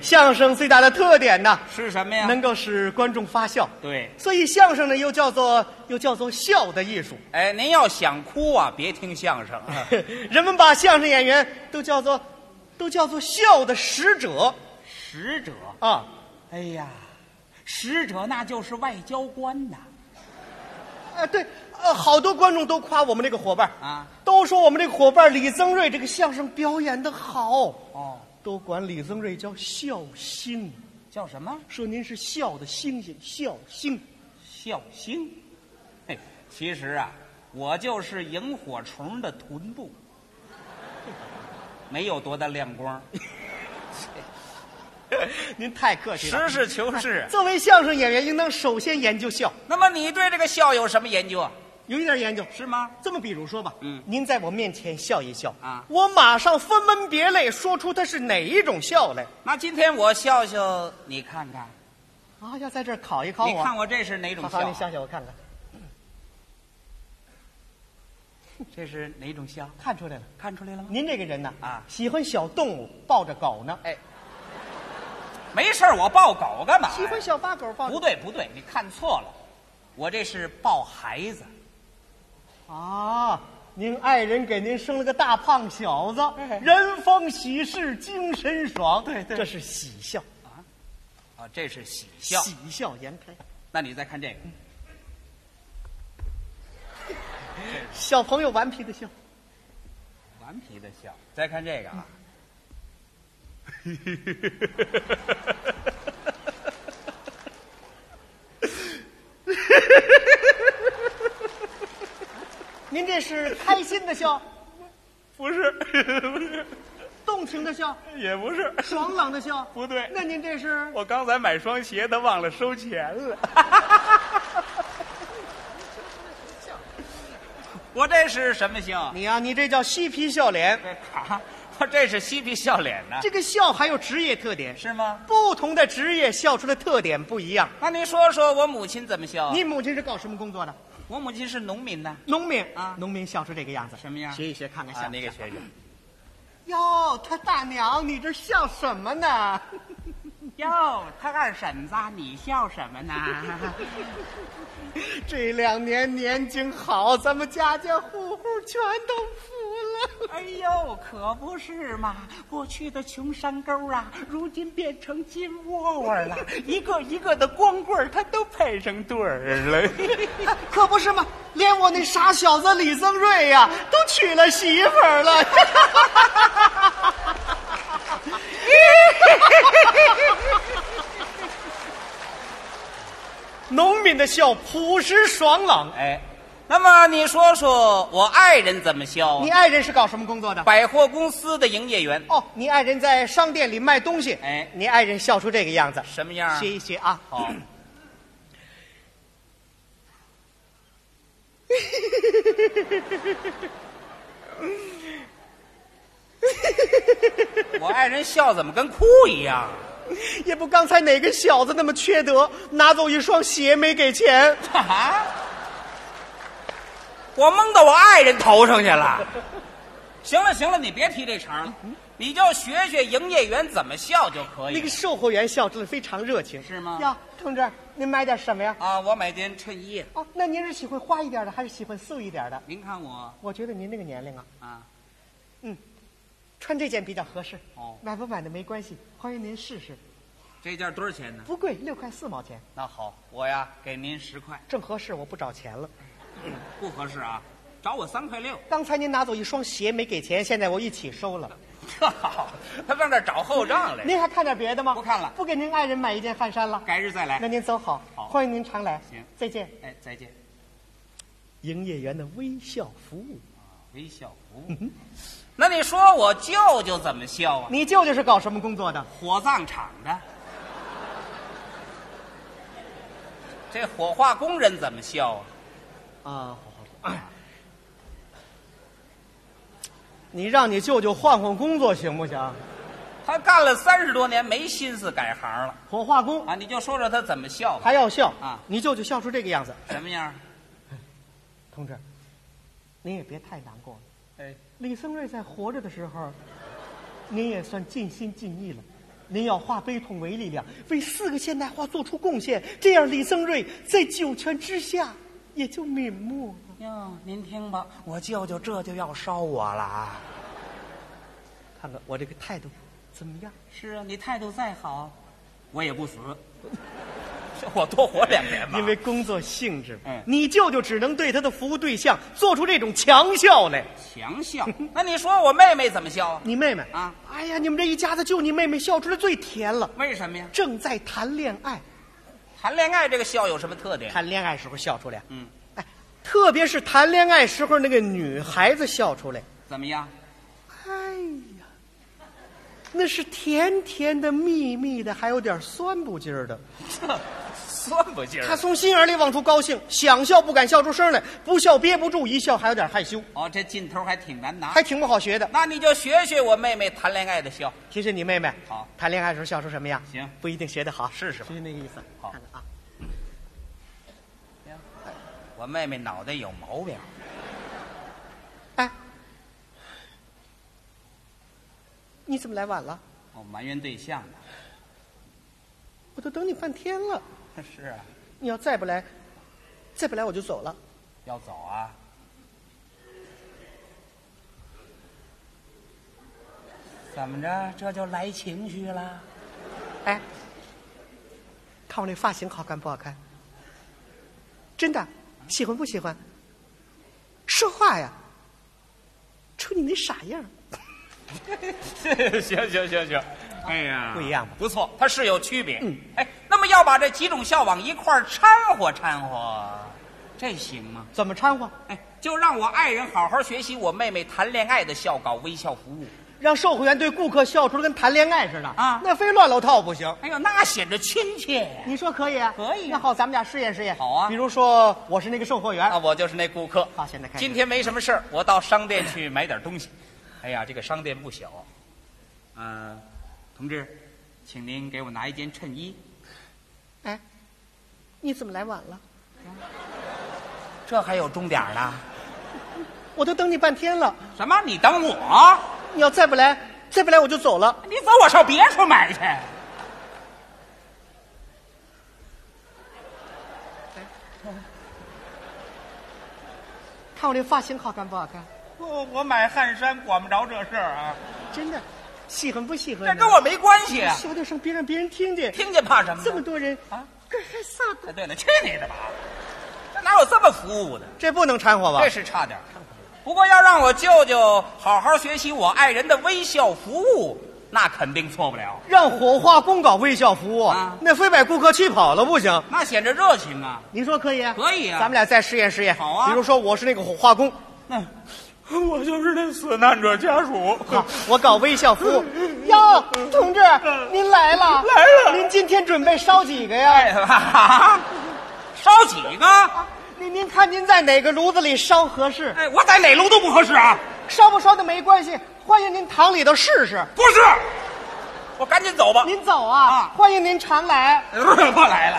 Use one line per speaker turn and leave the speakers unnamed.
相声最大的特点呢，
是什么哎呀？
能够使观众发笑。
对，
所以相声呢，又叫做又叫做笑的艺术。
哎，您要想哭啊，别听相声啊。
人们把相声演员都叫做都叫做笑的使者
使者，
啊。
哎呀，使者那就是外交官呐。
啊，对，呃，好多观众都夸我们这个伙伴
啊，
都说我们这个伙伴李增瑞这个相声表演的好，
哦，
都管李增瑞叫笑星，
叫什么？
说您是笑的星星，笑星。
笑星。嘿，其实啊，我就是萤火虫的臀 部，没有多大亮光。
您太客气了。
实事求是。啊
作为相声演员，应当首先研究笑，
哎那么你对这个笑有什么研究啊？
有一点研究。
是吗？
这么比如说吧，
嗯
您在我面前笑一笑
啊
我马上分门别类说出它是哪一种笑来。
那今天我笑笑，你看看，
啊，要在这儿考一考
你
我。
看我这是哪种
好好，
笑
你
啊？
想想，我看看，
这是哪种笑？
看出来了。
看出来了吗？
您这个人呢，
啊
喜欢小动物，抱着狗呢，
哎，没事儿，我抱狗干嘛呀？
喜欢小八狗抱着
不对不对，你看错了，我这是抱孩子。
啊。您爱人给您生了个大胖小子，
哎
人逢喜事精神爽，
对对
这是喜笑，
啊，这是喜笑。
喜笑颜开。
那你再看这个，
小朋友顽皮的笑，
顽皮的笑。再看这个啊，
您这是开心的笑，
不是，不是，
动情的笑，
也不是。
爽朗的笑，
不对
那您这是
我刚才买双鞋，他忘了收钱了。 我这是什么笑？
你啊，你这叫嬉皮笑脸。
这卡，我这是嬉皮笑脸呢，
这个笑还有职业特点，
是吗？
不同的职业笑出的特点不一样。
那您说说我母亲怎么笑啊？
你母亲是搞什么工作的？
我母亲是农民呢，
农民
啊
农民笑出这个样子，
什么样啊
学一学，看看像不
那
像
个学学。
哟，他大娘，你这笑什么呢？
哟，他二婶子，你笑什 么呢？
这两年年景好，咱们家家户户全都富了。
哎呦，可不是嘛！过去的穷山沟啊，如今变成金窝窝了，一个一个的光棍儿，他都配上对儿 了。
可不是嘛，连我那傻小子李增瑞呀、都娶了媳妇儿了。 农民的笑朴实爽朗。
哎，那么你说说我爱人怎么笑啊
你？爱人是搞什么工作的？
百货公司的营业员
哦，你爱人在商店里卖东西。
哎
你爱人笑出这个样子，
什么样啊？
学一学啊。
好，我爱人笑怎么跟哭一样？
也不刚才哪个小子那么缺德，拿走一双鞋没给钱。
啊！ 我蒙到我爱人头上去了。行了行了，你别提这茬了，你就学学营业员怎么笑就可以
那
了
个售货员笑出来非常热情，
是吗
呀，同志，您买点什么呀？
啊！我买件衬衣，
哦，那您是喜欢花一点的，还是喜欢素一点的？
您看我
我觉得您那个年龄啊，
啊，
穿这件比较合适。
哦
买不买的没关系，欢迎您试试，
这件多少钱呢？
不贵，六块四毛钱，
那好，我呀给您十块，
正合适。我不找钱了。
不合适啊，找我三块六。
刚才您拿走一双鞋没给钱，现在我一起收了。
这好，他往这儿找后账来。
您还看点别的吗？
不看了
不给您爱人买一件汗衫了。
改日再
那
来。
您走好，
好
欢迎您常来。
行
再见。
哎，再见。
营业员的微笑服务。
微笑服务。那你说我舅舅怎么笑啊？
你舅舅是搞什么工作的？
火葬场的。这火化工人怎么笑
啊，
啊？
好好好。你让你舅舅换换工作行不行？
他干了三十多年，没心思改行了
火化工
啊！你就说说他怎么笑吧，
还要笑
啊
你舅舅笑出这个样子，
什么样？
同志，您也别太难过了。
哎，
李僧瑞在活着的时候，您也算尽心尽力了。您要化悲痛为力量，为四个现代化做出贡献，这样李增瑞在九泉之下也就泯没了。
哟，您听吧，我舅舅这就要烧我了啊！
看看我这个态度怎么样？
是啊，你态度再好，我也 不死，
我多活两年吧。
因为工作性质，
嗯
你舅舅只能对他的服务对象做出这种强效来。
强笑。那你说我妹妹怎么笑啊？
你妹妹
啊，
哎呀，你们这一家子就你妹妹笑出来最甜了。
为什么呀？
正在谈恋爱，
谈恋爱这个笑有什么特点？
谈恋爱时候笑出来，
嗯，
哎，特别是谈恋爱时候那个女孩子笑出来，
怎么 样？
哎呀，那是甜甜的、蜜蜜的，还有点酸不劲儿的。
酸不劲
她从心眼里往出高兴，想笑不敢笑出声来，不笑憋不住，一笑还有点害羞，
哦，这劲头还挺难拿
还。挺不好学的。
那你就学学我妹妹谈恋爱的笑。
学学你妹妹，
好
谈恋爱时候笑出什么样？
行
不一定学得好，
试试吧
学学那个意思。
好
看看啊，
我妹妹脑袋有毛病，
哎，你怎么来晚了？
我哦埋怨对象呢。
我都等你半天了，
是啊，
你要再不来，再不来我就走了。
要走啊？怎么着？这就来情绪了？
哎，看我那发型好看不好看？真的，喜欢不喜欢？说话呀，瞅你那傻样儿，
行行行行，哎呀，
不一样吧
不错，它是有区别。哎，那么要把这几种笑往一块儿掺和掺和，
这行吗？
怎么掺和？
哎，就让我爱人好好学习我妹妹谈恋爱的笑，搞微笑服务。
让售货员对顾客笑出来跟谈恋爱似的
啊
那非乱楼套不行。
哎呦，那显着亲切呀！
你说可以啊？
可以
那好，咱们俩试验试验。
好啊
比如说，我是那个售货员
那，我就是那顾客。
好现在开始
今天没什么事儿，我到商店去买点东西。哎呀，这个商店不小，
呃，同志，请您给我拿一件衬衣。
哎，你怎么来晚了？
这还有钟点儿呢？
我都等你半天了，
什么？你等我？
你要再不来，再不来我就走了。
你走，我上别处买去。
看我这发型好看不好看？
我我买汗衫管不着这事儿啊，
真的，喜欢不喜欢
这
呢？
跟我没关系啊！
笑点声，别让别人听见。
听见怕什么呢？
这么多人
啊！
这还啥
哎，对了，去你的吧！这哪有这么服务的？
这不能掺和吧
这？是差点儿。不过要让我舅舅好好学习我爱人的微笑服务，那肯定错不了，
让火化工搞微笑服务，
啊
那非把顾客气跑了不行。
那显着热情啊！
您说可以？
可以啊
咱们俩再试验试验。
好啊
比如说，我是那个火化工，
我就是那死难者家属。
好，我搞微笑服务。哟，同志，您来
嗯
了，
来了
您今天准备烧几个呀？
哎，哈烧几个？
您您看您在哪个炉子里烧合适？
哎，我在哪路都不合适啊！
烧不烧的没关系，欢迎您躺里头试试。
啊
不是，我赶紧走吧。
您走啊，
啊
欢迎您常来。
不来了。